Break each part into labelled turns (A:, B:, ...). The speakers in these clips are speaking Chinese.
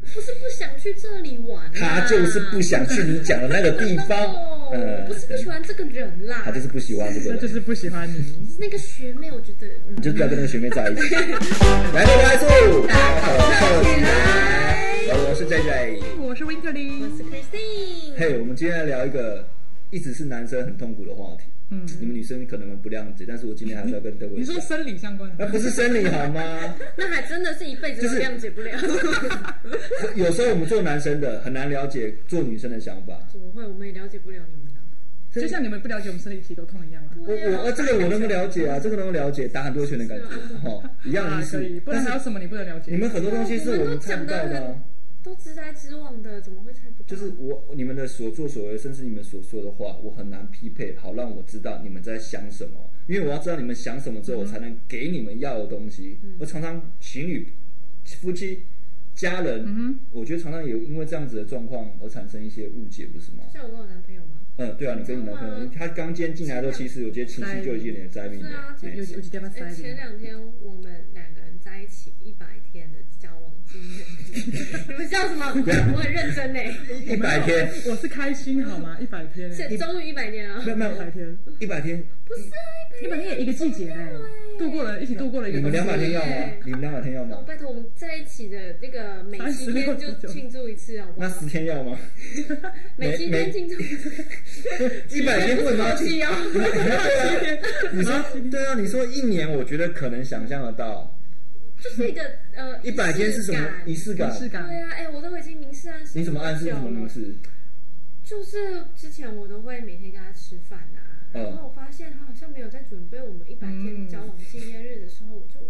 A: 不是不想去这里玩、啊，
B: 他就是不想去你讲的那个地方，
A: 哦
B: 嗯，
A: 不是不喜欢这个人啦，
B: 他就是不喜欢这个
C: 他
B: 人，
C: 就是不喜欢你。
A: 那个学妹，我觉得，嗯，
B: 你就不要跟那个学妹在一起。来，大家速
A: 打口罩起来
B: 呃我是 J J，
C: 我是 Winterly，
A: 是 Christine，
B: 嘿我们今天来聊一个一直是男生很痛苦的话题，嗯，你们女生可能不谅解，但是我今天还是要跟各位
C: 你说
B: 讲，
C: 生理相关
B: 那
C: 的，
B: 不是生理好吗？
A: 那还真的是一辈子都
B: 就是
A: 谅解不 了，
B: 有时候我们做男生的很难了解做女生的想法，
A: 怎么会？我们也了解不了你们啊，
B: 呃
C: 就像你们不了解我们生理期都痛一样啊。
B: 我我呃，这个我能够了解啊，这个能够了解，打很多拳的感觉，哦，一样
C: 啊
B: 的意，思
C: 可以，。不
B: 但
C: 然
B: 是
C: 还有什么你不能了解？
B: 你们很多东西是我们看不到的啊、
A: 都直来直往的，怎么会猜不到？
B: 就是我你们的所作所为，甚至你们所说的话，我很难匹配，好让我知道你们在想什么，因为我要知道你们想什么之后，我才能给你们要的东西。我常常情侣、夫妻、家人，我觉得常常也因为这样子的状况而产生一些误解，不是吗？
A: 像我跟我男朋友嘛，
B: 嗯，对啊，你跟你男朋友，
A: 嗯
B: 他刚今天进来的时候，其实我觉得情绪就已经有点灾民
A: 是啊
B: 了。
A: 这
C: 有有几天吗？
A: 哎前两天我们两个人在一起一百天的交往经验，你们笑什 么？我很认真呢，
B: 一百天，
C: 我是开心好吗？一百天，
A: 是终于一百天了，
B: 没有没有
C: 一百天，
B: 一百天，
A: 不是啊，
C: 一百天也一个季节嘞，度过了一起度过了一个
B: 你们两百天要吗
A: 对？
B: 你们两百天要
A: 哦，
B: 吗？
A: 拜托，我们在一起的那个每七天就庆祝一次，好不
B: 那
A: 好？
B: 十天要吗？
A: 每 七天庆祝一次，
B: 一百天为什么要
A: 七
B: 去？
A: 哦，
B: 对啊，你说对啊，你说一年，我觉得可能想象得到。
A: 就是一个呃
B: 一百天是什么仪
A: 仪式
B: 式感
C: 仪？式
A: 感？对
C: 感，
A: 啊，哎，我都已经明示暗示，
B: 你怎么暗示什么仪？式？
A: 就是之前我都会每天跟他吃饭啊，
B: 嗯
A: 然后我发现他好像没有在准备我们一百天交往纪念日的时候，我就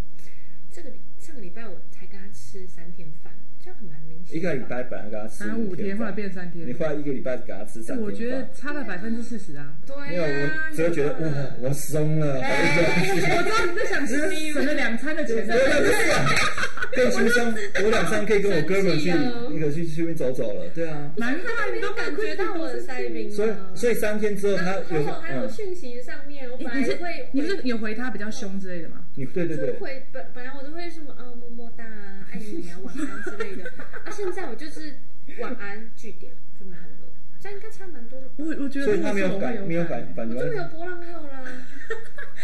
A: 这个上个礼拜我才跟他吃三天饭，这样很难明显。
B: 一个礼拜本来给他吃
C: 本来五天
B: 天，
C: 后来变三天
B: 你后来一个礼拜给他吃三天。
C: 我觉得差了百分之四十啊。
A: 对
B: 没有，
A: 啊，
B: 我只会觉得
A: 真的
B: 哇，我松了。
C: 我知道你在想吃省了两餐的 钱，
B: 没有，不是啊， 更轻松。我两三可以跟我哥们去一个去去那边走走了。对啊，
C: 难怪你都
A: 感觉到我的塞
C: 嗯
A: 宾，
B: 所以所以三天之后他有
A: 然后还有
B: 嗯，
A: 讯息上面，我本来
C: 你
A: 会
C: 是
A: 回
C: 你不是有回他比较凶之类的吗？
B: 你对对
A: 就
B: 对，
A: 回本本来我都会什么啊么么哒啊，爱你啊晚安之类的，啊现在我就是晚安句点就没有了，这样应该差蛮多的吧。
C: 我我觉得
B: 所以他没有改，没有改，反
A: 我
B: 正
A: 就没有波浪号啦，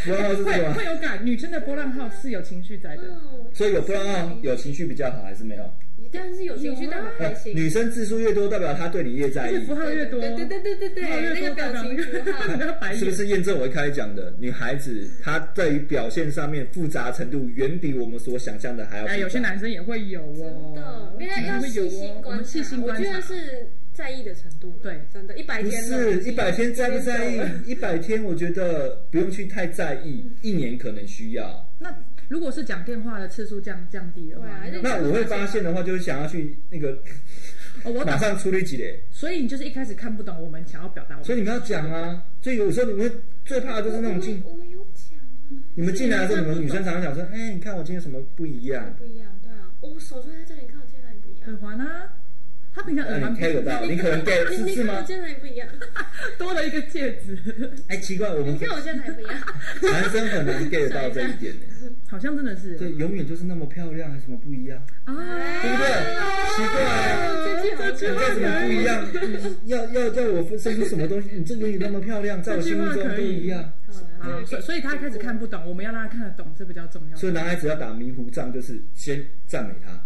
B: 不然后是什
C: 会
B: 么
C: 会？有感，女生的波浪号是有情绪在的，
A: 嗯，
B: 所以有不让让有情绪比较好，还是没有？
A: 当然是有情绪，但我开心。
B: 女生字数越多，代表她对你越在
C: 而且
B: 意
C: 符，号啊越多，
A: 对对对对对
C: 符号
A: 对，
C: 越
A: 那个
C: 多
A: 表
C: 代表
A: 情符号，
C: 那个白
B: 是不
C: 眼。
B: 是验证我一开始讲的？女孩子她在于表现上面复杂程度远比我们所想象的还要复杂。
C: 哎，有些男生也会有
A: 真
C: 哦
A: 的，，没有要
C: 会有
A: 细心
C: 哦，我
A: 观
C: 们
A: 察，
C: 细心
A: 我
C: 观
A: 觉
C: 察
A: 得。是在意的程度了，
C: 对
A: 真的，一百
B: 不
A: 天了
B: 是一百天在不在
A: 已
B: 意
A: 经走了？
B: 一百天，我觉得不用去太在意，一年可能需要。
C: 那如果是讲电话的次数降降低的
A: 对
C: 话
A: 啊，，就
B: 那我会发现的话，就是想要去那个
C: 哦 我
B: 马
C: 懂。
B: 上处理几嘞。
C: 所以你就是一开始看不懂我们想要表达，
B: 所以你们要讲啊。所以有时候你们会最怕的就是那种进，
A: 我们有讲啊，
B: 你们进来的时候，你们女生常常讲说：“哎，你看我今天什么不一样
A: 不一样，对啊，我手就在这里，看我今天哪里不一样
C: 耳，环啊，他平？”常
B: 那
C: 耳环
B: 你
A: 哎
B: get 得到，你可能 get
A: 你
C: 嗯
B: 是
A: 你
B: 是
A: 看我
B: 吗？
A: 今天哪里不一样，
C: 多了一个戒指，
B: 哎，奇怪，我们
A: 你看我今天哪里不一 样，
B: 男生很难 get 到这一点呢。
C: 好像真的是
B: 对，永远就是那么漂亮，有什么不一样？
C: 啊，
B: 对不对？奇怪，
A: 这句好
B: 你
C: 这句
B: 干
C: 话
B: 什么不一样？你要要要我生出什么东西？你这永远那么漂亮，在我心目中不一样。
A: 好
C: 好，所以所以他一开始看不懂，我们要让他看得懂，这比较重要。
B: 所以男孩子要打迷糊仗，就是先赞美他，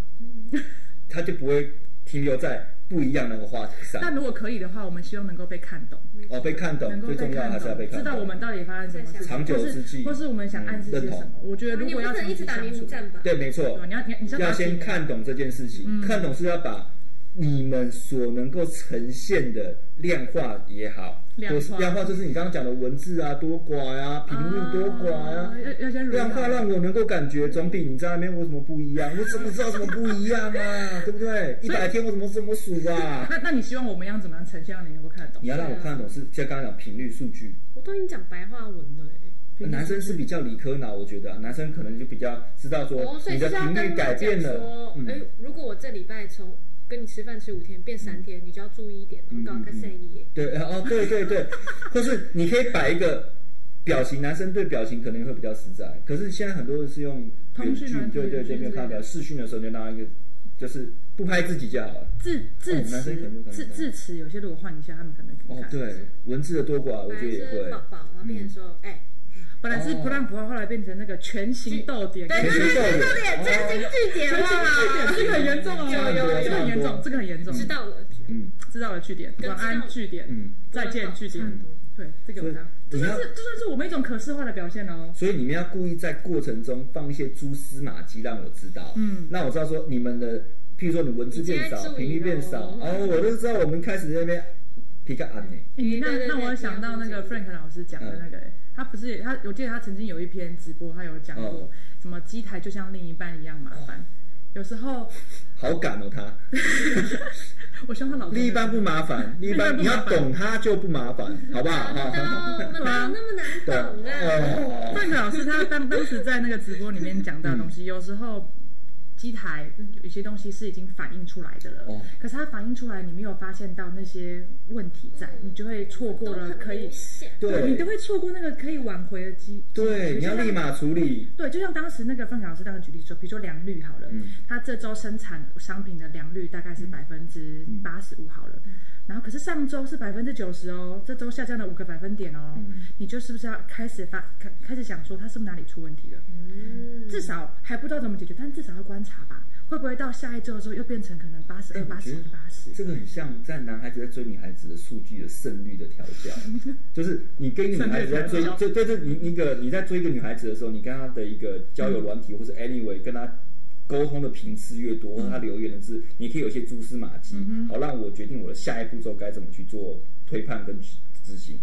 B: 他就不会停留在不一样那个话题
C: 但
B: 上。
C: 如果可以的话，我们希望能够被看懂，
B: 哦，被看懂
C: 能够
B: 最
C: 被
B: 重要，
C: 看
B: 还是要被
C: 懂，
B: 看
C: 知道我们到底发生什么事情，
B: 长久之计
C: 或是或是我们想暗示
B: 嗯
C: 些
B: 认
C: 什
B: 同
C: 么。我觉得如
A: 你
C: 果
A: 不
C: 要
A: 可能一直打迷
C: 长期
A: 糊
C: 相处
A: 战吧？
B: 对，没错
C: 对，。你要你要你是
B: 要
C: 打
B: 先
C: 几个
B: 看懂这件事情，看懂是要把你们所能够呈现的量化也好，
C: 量
B: 或
C: 化
B: 是量化就是你刚刚讲的文字啊多寡呀、啊，评论多寡呀、
C: 啊要要先如
B: 量
C: 何
B: 化让我能够感觉，总比你在那边我怎么不一样，我怎么知道什么不一样啊？对不对？一百天我怎么怎么数啊？
C: 那那你希望我们要怎么样呈现，让你能够看得懂
B: 你？要让我看得懂是，像刚刚讲频率数据，
A: 我都已经讲白话文了，哎。
B: 男生是比较理科脑，我觉得、啊、男生可能就比较知道说
A: 哦，所以
B: 你
A: 就
B: 的
A: 是要
B: 频
A: 跟
B: 率
A: 我
B: 改变
A: 讲
B: 了
A: 说，，哎、
B: 嗯，
A: 如果我这礼拜从跟你吃饭吃五天变三天，你就要注意一点，
B: 嗯
A: 我刚刚在意。
B: 对，哦，对对对，或是你可以摆一个表情，男生对表情可能会比较实在，可是现在很多人是用
C: 通讯
B: 远距
C: 软体
B: 对对
C: 远距
B: 对，没有看到表情视讯的时候就拿一个就是不拍自己就好了。
C: 字字
B: 哦男生可能就感
C: 词
B: 觉
C: 字
B: 到
C: 字词，有些如果换一下，他们可能
B: 哦
C: 看。，
B: 对，文字的多寡，我
A: 本来
B: 觉得也
A: 是
B: 会
A: 宝。宝，然后变成说，哎，
C: 本来是
B: 哦
C: 不让不画，后来变成那个全新逗点，
A: 对
C: 全
A: 对
C: 新
A: 对
B: 全
A: 对
B: 新
A: 对
B: 逗
A: 对，真心据
B: 点
A: 点
C: 哦全新逗点，
A: 了，
C: 这个很严重哦，
A: 有有有
C: 这个很严重，这个很严重，
A: 知道了，
B: 嗯
C: 知道了据点，晚安据点，
B: 嗯，
C: 再见据点
A: 差不多，
C: 对，这个
B: 所以
C: 我刚，这
B: 你要
C: 算是这算是我们一种可视化的表现哦。
B: 所以你们要故意在过程中放一些蛛丝马迹，让我知道，
C: 嗯
B: 让我知道说你们的，譬如说你文字变
A: 你现在
B: 少，
A: 注意
B: 频率变少，
A: 哦
B: 哦，我就知道我们开始在那边皮卡安呢，
C: 欸你那
A: 对对对
C: 那我想到那个
A: 不要
C: Frank 老师讲的
B: 嗯
C: 那个、欸他不是也他，我记得他曾经有一篇直播，他有讲
B: 嗯
C: 过、什么机台就像另一半一样麻烦，有时候
B: 好感哦他。
C: 我希望他老公
B: 另一半不麻烦，另一半
C: 另
B: 你
C: 一半不
B: 要
C: 麻烦
B: 懂他就不麻烦，好不好？
A: 找
B: 好
A: 不到，我们哪有那么难
B: 对
A: 懂啊？
B: 哦
C: Frank 老师他当当时在那个直播里面讲到的
B: 嗯
C: 东西，有时候。机台有些东西是已经反映出来的了，
B: 哦
C: 可是它反映出来，你没有发现到那些问题在，你就会错过了可以，
A: 想，
C: 你都
B: 嗯对
C: 会错过那个可以挽回的机。
B: 对，你要立马处理。
C: 对，就像当时那个凤老师当时举例说，比如说良率好了，
B: 嗯
C: 他这周生产商品的良率大概是百分之八十五
B: 嗯
C: 好了，然后可是上周是百分之九十哦，这周下降了五个百分点哦，
B: 嗯
C: 你就是不是要开始发开开始想说他是不是哪里出问题了？
A: 嗯，
C: 至少还不知道怎么解决，但至少要观察吧，会不会到下一周的时候又变成可能八十二、
B: 哎我
C: 八
B: 觉
C: 十
B: 得
C: 一、八十？
B: 这个很像在男孩子在追女孩子的数据的胜率的调 教，就是你跟一个女孩子在追
C: 胜率的调，
B: 对对对，你你一个你在追一个女孩子的时候，你跟她的一个交友软体、或者 anyway 跟她沟通的频次越多，或
C: 嗯
B: 者她留言的字，你可以有一些蛛丝马迹，好让我决定我的下一步骤该怎么去做推判跟执行。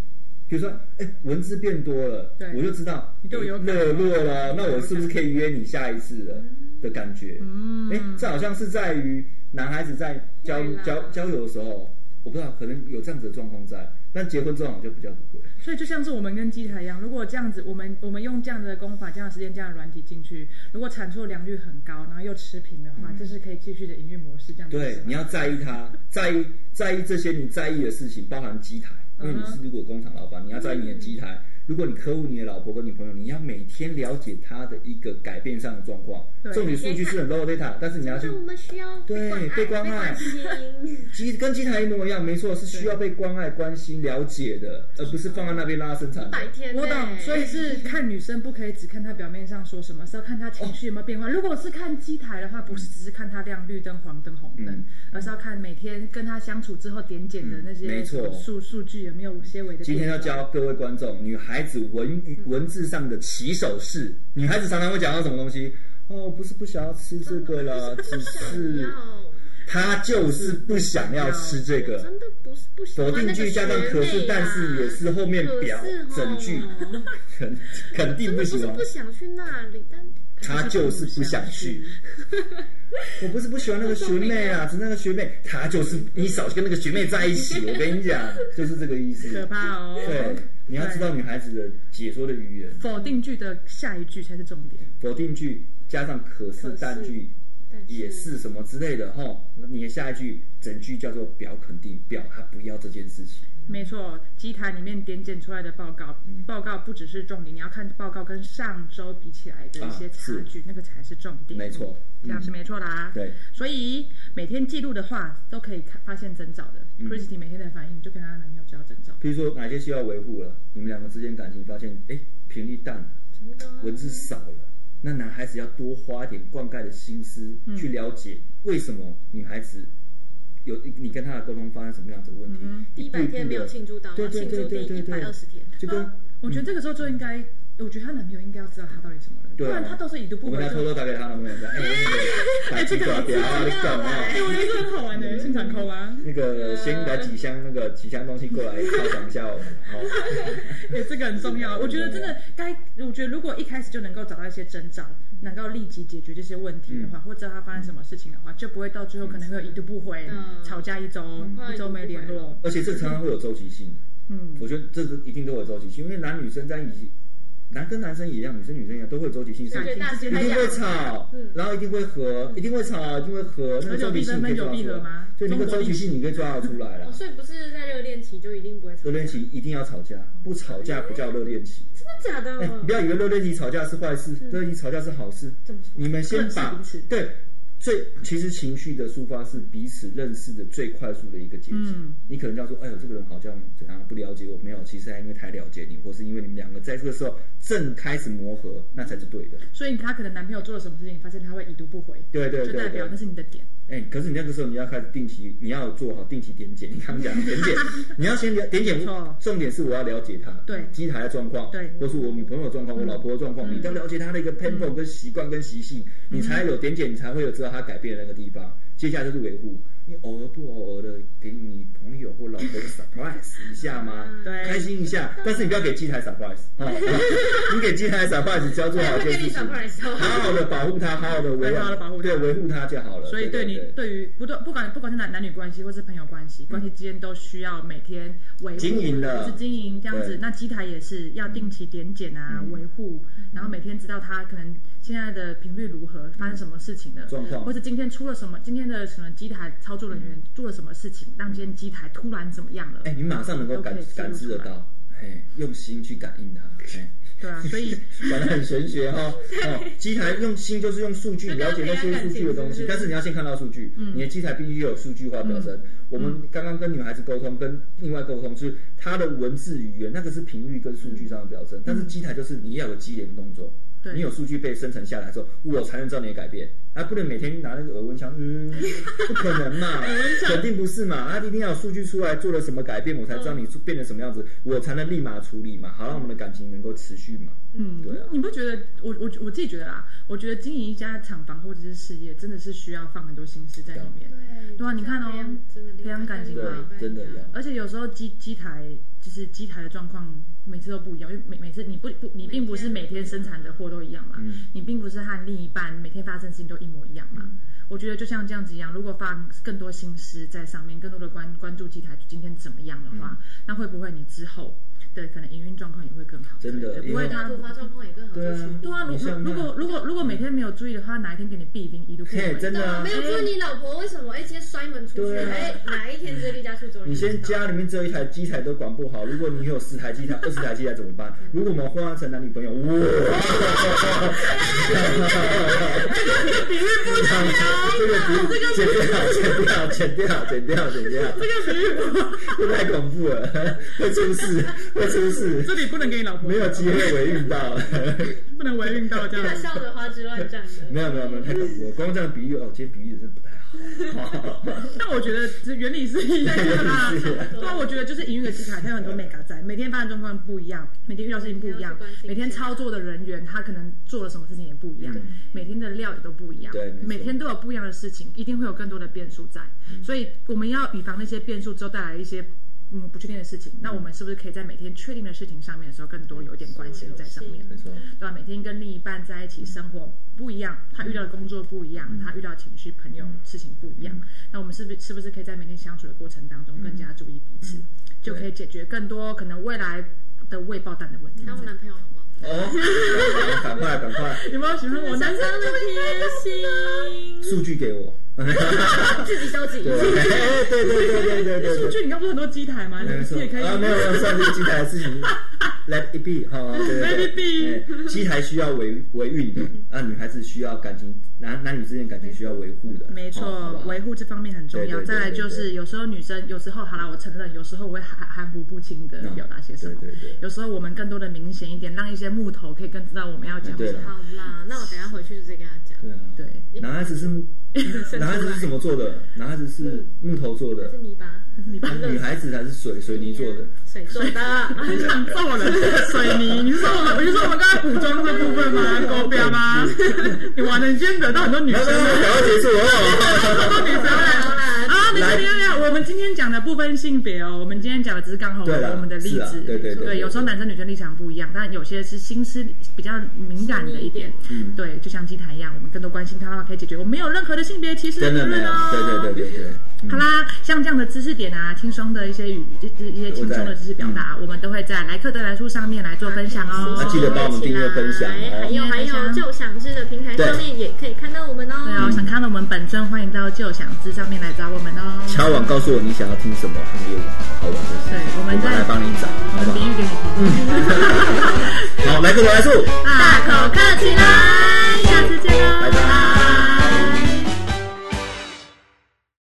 B: 比如说，哎，文字变多了
C: 对，
B: 我就知道哎
C: 你就有感
B: 热络了，那我是不是可以约你下一次了的感觉？嗯，哎，这好像是在于男孩子在交
A: 对啦
B: 交交友的时候，我不知道，可能有这样子的状况在，但结婚之后好像就比较不会。
C: 所以就像是我们跟机台一样，如果这样子，我们我们用这样的功法、这样的时间、这样的软体进去，如果产出的良率很高，然后又持平的话，这是可以继续的营运模式，这样子是
B: 对
C: 吧，
B: 你要在意他，在意在意这些你在意的事情，包含机台，因为你是如果工厂老板，你要在意你的机台。如果你客户、你的老婆跟女朋友，你要每天了解他的一个改变上的状况。
C: 对
B: 重点数据是很 low data，但是你要去
A: 那我们需要
B: 对被
A: 被关
B: 关爱。
A: 爱、被关心
B: 机跟机台一模一样，没错，是需要被关爱、关心、了解的，而不是放在那边让它生产的。
A: 百天内，
C: 我懂，所以是看女生不可以只看她表面上说什么，是要看她情绪有没有变化。如果是看机台的话，不是只是看她亮绿灯、黄灯、红灯，
B: 嗯
C: 而是要看每天跟她相处之后点检的那
B: 嗯
C: 些
B: 没错
C: 数数据有没有些微的变化。
B: 今天要教各位观众，女孩子文语文字上的起手式。女孩子常常会讲到什么东西？哦，不是不想要吃这个啦， 只是
A: 要
B: 她就是不想要吃这
A: 我
B: 个。
A: 真的不是不喜欢
B: 否定句加上可是，但是也是后面表整句肯肯
A: 真
B: 定不
A: 的不
B: 行
A: 是
B: 哦
A: 不。想去那里，但
B: 她就是不想 去。我不是不喜欢那个学妹啊，是那个学妹，她就是你少跟那个学妹在一起。我跟你讲，就是这个意思。
C: 可怕哦。
B: 对，你要知道女孩子的解说的语言，
C: 否定句的下一句才是重点。
B: 否定句加上可是但句
A: 但
B: 也是什么之类的哈。你的下一句整句叫做表肯定，表他不要这件事情。
C: 没错，机台里面点检出来的报告，
B: 嗯
C: 报告不只是重点，你要看报告跟上周比起来的一些
B: 啊
C: 差
B: 是
C: 距，那个才是重点。
B: 没错嗯
C: 这样是没错啦。
B: 对，
C: 所以每天记录的话，都可以看发现征兆的。Christy
B: 嗯
C: 每天的反应，你就跟她的男朋友知道征兆。
B: 比如说哪些需要维护了，你们两个之间感情发现，哎，频率淡了，
A: 真的啊
B: 文字少了。那男孩子要多花一点灌溉的心思，去了解为什么女孩子有你跟她的沟通发生什么样子的问题。
A: 嗯一
B: 一步
A: 百
B: 一步
A: 天没有
B: 地
A: 庆祝到，
B: 对
A: 我
B: 对
A: 庆
B: 对
A: 祝第
B: 对对
A: 一百
B: 对
A: 二十天。
B: 就跟
C: 我觉得这个时候就应该，我觉得她男朋友应该要知道她到底怎么了，不
B: 对啊
C: 然她都是已读不
B: 我
C: 回
B: 们来偷
C: 就。
B: 偷打给他男朋友讲， 哎，那个
C: 这个我知道
B: 啊，你干
C: 哎，
B: 嘛？
C: 我觉得这很好玩的，现场扣啊！
B: 那个先来几箱那个几箱东西过来犒赏一下 我们，然后
C: 对，这个很重要。啊我觉得真的该，我觉得如果一开始就能够找到一些征兆，
B: 嗯
C: 能够立即解决这些问题的话，或者他发生什么事情的话，就不会到最后可能会有一读不回、
A: 嗯
C: 吵架一周、一周没联络。
B: 而且这常常会有周期性，
C: 嗯，
B: 我觉得这个一定都有周期性，因为男女生在一起，男跟男生一样，女生女生一样，都会有周期性，是
A: 而且大师
B: 一
A: 还
B: 定
A: 讲
B: 会吵，
C: 嗯
B: 然后一定会合，一定会吵，一定会合，那个周期性你可以抓出
C: 合久必分合久必合
B: 来
C: 吗，
B: 对，那个
C: 中国
B: 周期性你可以抓得出来
A: 哦，
B: 了。
A: 所以不是在热恋期就一定不会吵架，
B: 热恋期一定要吵架，不吵架不叫热恋期。
A: 真的假的
B: 哎，？
C: 嗯
B: 你不要以为热恋期吵架是坏事，热恋期吵架是好事
A: 怎么说。
B: 你们先
C: 各
B: 把
C: 自彼此
B: 对最其实情绪的抒发是彼此认识的最快速的一个捷径。
C: 嗯
B: 你可能这样说，哎呦，这个人好像怎样不了解我，没有，其实他因为太了解你，或是因为你们两个在这个时候正开始磨合，那才是对的。
C: 所以他可能男朋友做了什么事情，发现他会已读不回，
B: 对对对
C: 就代表
B: 对
C: 那是你的点。
B: 哎、可是你那个时候你要开始定期，你要做好定期点检。你刚刚讲点 检，你要先了点检
C: 没错，
B: 重点是我要了解他，
C: 对
B: 机台的状况，
C: 对嗯
B: 或是我女朋友的状况，我老婆的状况，你都了解他的一个 tempo 跟习惯跟习性，你才
C: 嗯
B: 有点检，你才会有知道他改变的那个地方。接下来就是维护，你偶尔不偶尔的给你朋友或老婆一个 surprise 一下嘛，
C: 对
B: 开心一下，但是你不要给机台 surprise 哦，你给机台 surprise 只要做好一
A: 会
B: 件
A: 跟
B: 事
A: 你
B: 情，
A: surprise 哦
B: 好好的保护他，好好的维
C: 对好好地保护他
B: 对维护他就好了。
C: 所以
B: 对
C: 对你
B: 对嗯
C: 对于不对不管不管是男男女关系或是朋友关系，关系之间都需要每天维护，
B: 经营的
C: 或是经营这样
B: 对嗯
C: 子。那机台也是要定期点检啊，维护，然后每天知道他可能现在的频率如何，发生什么事情了，
B: 嗯状况嗯
C: 或者今天出了什么，今天的什么机台操作人员做了什么事情，让今天机台突然怎么样了
B: 哎、？你马上能够感
C: 都可以记录
B: 感知得
C: 出来
B: 到，哎，用心去感应它，哎，
C: 对啊，所 以
B: 玩的很玄学哈。 哦，机台用心就是用数据
A: 就
B: 了解那些数据的东西，
A: 跟他培养感情是不是
B: 但是你要先看到数据，
C: 嗯
B: 你的机台必须有数据化表征。我们刚刚跟女孩子沟通，跟另外沟通，就是她的文字语言，那个是频率跟数据上的表
C: 嗯
B: 征，但是机台就是你要有机连动作。
C: 对
B: 你有数据被生成下来之后，我才能知道你的改变。啊，不能每天拿那个耳温枪， 嗯，不可能嘛，肯定不是嘛。啊，一定要有数据出来做了什么改变，我才知道你变成什么样子，我才能立马处理嘛，好让我们的感情能够持续嘛。
C: 嗯
B: 对啊，
C: 你不觉得？我我我自己觉得啦，我觉得经营一家厂房或者是事业，真的是需要放很多心思在里面。
A: 对
C: 对啊你看哦
A: 这样真的
C: 培养感情
B: 对
C: 嘛，
B: 真的要。
C: 而且有时候机机台就是机台的状况每次都不一样，因为每每次你不不你并不是每天生产的货都一样嘛，
B: 嗯
C: 你并不是和另一半每天发生的事情都一模一样嘛。我觉得就像这样子一样，如果放更多心思在上面，更多的关关注机台今天怎么样的话，
B: 嗯
C: 那会不会你之后的可能营运状况也会更好？
B: 真的
C: 对不对不会
B: 因为
A: 那
C: 它
A: 突发状况也更好去处理。
C: 对啊，如
B: 你像
C: 如果如果如果每天没有注意的话，哪一天给你毙命，一路不
B: 嘿
C: 回。
B: 真的啊
A: 没有说你老婆为什么哎，今天摔门出去，
B: 对啊
A: 哎，哪一天直接离家出走？
B: 你先家里面只有一台机台都管不好，如果你有十台机台、二十台机台怎么办？如果我们换成男女朋友，哇，
C: 比喻不
B: 这个不剪掉，剪掉，剪掉，剪掉，剪掉，
C: 这个比喻不，
B: 这太恐怖了，会出事，会出事
C: 这，里不能给你老婆，
B: 没有机会我遇到。
C: 不能违运到这
A: 他
C: 样。
A: 笑得花枝乱颤的。
B: 没有没有没有，太恐怖了！光这样比喻哦，今天比喻的真的不太好。
C: 但我觉得这原理是一样的 啦
B: 原理是一样。
C: 对啊，我觉得就是营运的机台，它有很多 mega 在，每天发生状况不一样，每天遇到事情不
A: 每
C: 一样
A: 天要去关心，
C: 每天操作的人员他可能做了什么事情也不一样，每天的料也都不一样
B: 对没，错嗯
C: 每天都有不一样的事情，一定会有更多的变数在。所以我们要预防那些变数之后带来一些。嗯，不确定的事情，那我们是不是可以在每天确定的事情上面的时候，更多有一点关心在上面？
B: 没错，
C: 对吧、啊每天跟另一半在一起生活不一样，他遇到的工作不一样，
B: 嗯
C: 他遇到的情绪、朋友、事情不一样。那我们是不是是不是可以在每天相处的过程当中更加注意彼
B: 嗯
C: 此，就可以解决更多可能未来的未爆弹的问题？
B: 嗯
A: 当我男朋友好不好？
B: 哦，赶快赶快，
C: 有没有喜欢我男生的
A: 贴
B: 数据给我。
A: 心，自己收集。
B: 对对对对对对对。
C: 数 据？你刚不是很多机台吗？你
B: 没错
C: 也可以
B: 啊，没有没有，算是机台的事 情，Let it be 哈、对对对，哎机台需要维维运的，啊，女孩子需要感情，男男女之间感情需要维护的，
C: 没
B: 哦好
C: 错
B: 吧，
C: 维护这方面很重要。
B: 对对对
C: 再来就
B: 对对
C: 是，有时候女生，有时候好啦，我承认，有时候我会含含糊不清的
B: 嗯
C: 表达些什么。
B: 对对对
C: 有时候我们更多的明显一点，让一些木头可以更知道我们要讲
B: 嗯对
C: 什
B: 了
C: 么。
A: 好啦，那我等一下回去就直接跟他 讲。
B: 对啊，
C: 对，
B: 男孩 子是男孩子是怎么做的？男孩子是木头做的
A: 是，泥巴，
C: 你把
B: 女孩子才是水水泥做的。
C: 嗯
A: 水做的。
C: 很想揍人，水泥。你是说我们，你是说我们刚才补妆这部分吗？狗标吗？ 你玩的，你今天惹到很多女
B: 来
C: 生
B: 来
C: 了
B: 来，。赶快结束
C: 很多女生
A: 好
C: 了
A: 啦好啦，
C: 啊，等一下等一下等一下，我们今天讲的不分性别哦，我们今天讲的只是刚好我
B: 对啦
C: 们我们的例
B: 是啊
C: 子，
B: 对对对对
C: 有时候男生女生立场不一样，但有些是心思比较敏感的一点，
B: 嗯
C: 对，就像鸡台一样，我们更多关心他的话可以解决，我们没有任何的性别歧 视
B: 真的
C: 评
B: 没
C: 论
B: 有
C: 哦，，
B: 对对对对对，
C: 好啦，像这样的知识点啊，轻松的一些语，就就是一些轻松的知识表达，我们都会在莱克的来书上面来做分享
B: 那
C: 哦。
B: 嗯记得帮我们订阅分享哦
A: 还有还有，就想知的平台上面也可以看到我们
B: 啊
C: 对
B: 嗯
C: 哦，
A: 哦。
C: 想看到我们本身，欢迎到旧想知上面来找我们哦。
B: 敲碗告诉我你想要听什么行业好玩的事，
C: 对我们在
B: 来帮你找，
C: 我
B: 好不
C: 们比
B: 好？
C: 喻给你 听，
B: 好，来个我来数。
C: 大
A: 大口客气啦，
C: 下次见喽，
B: 拜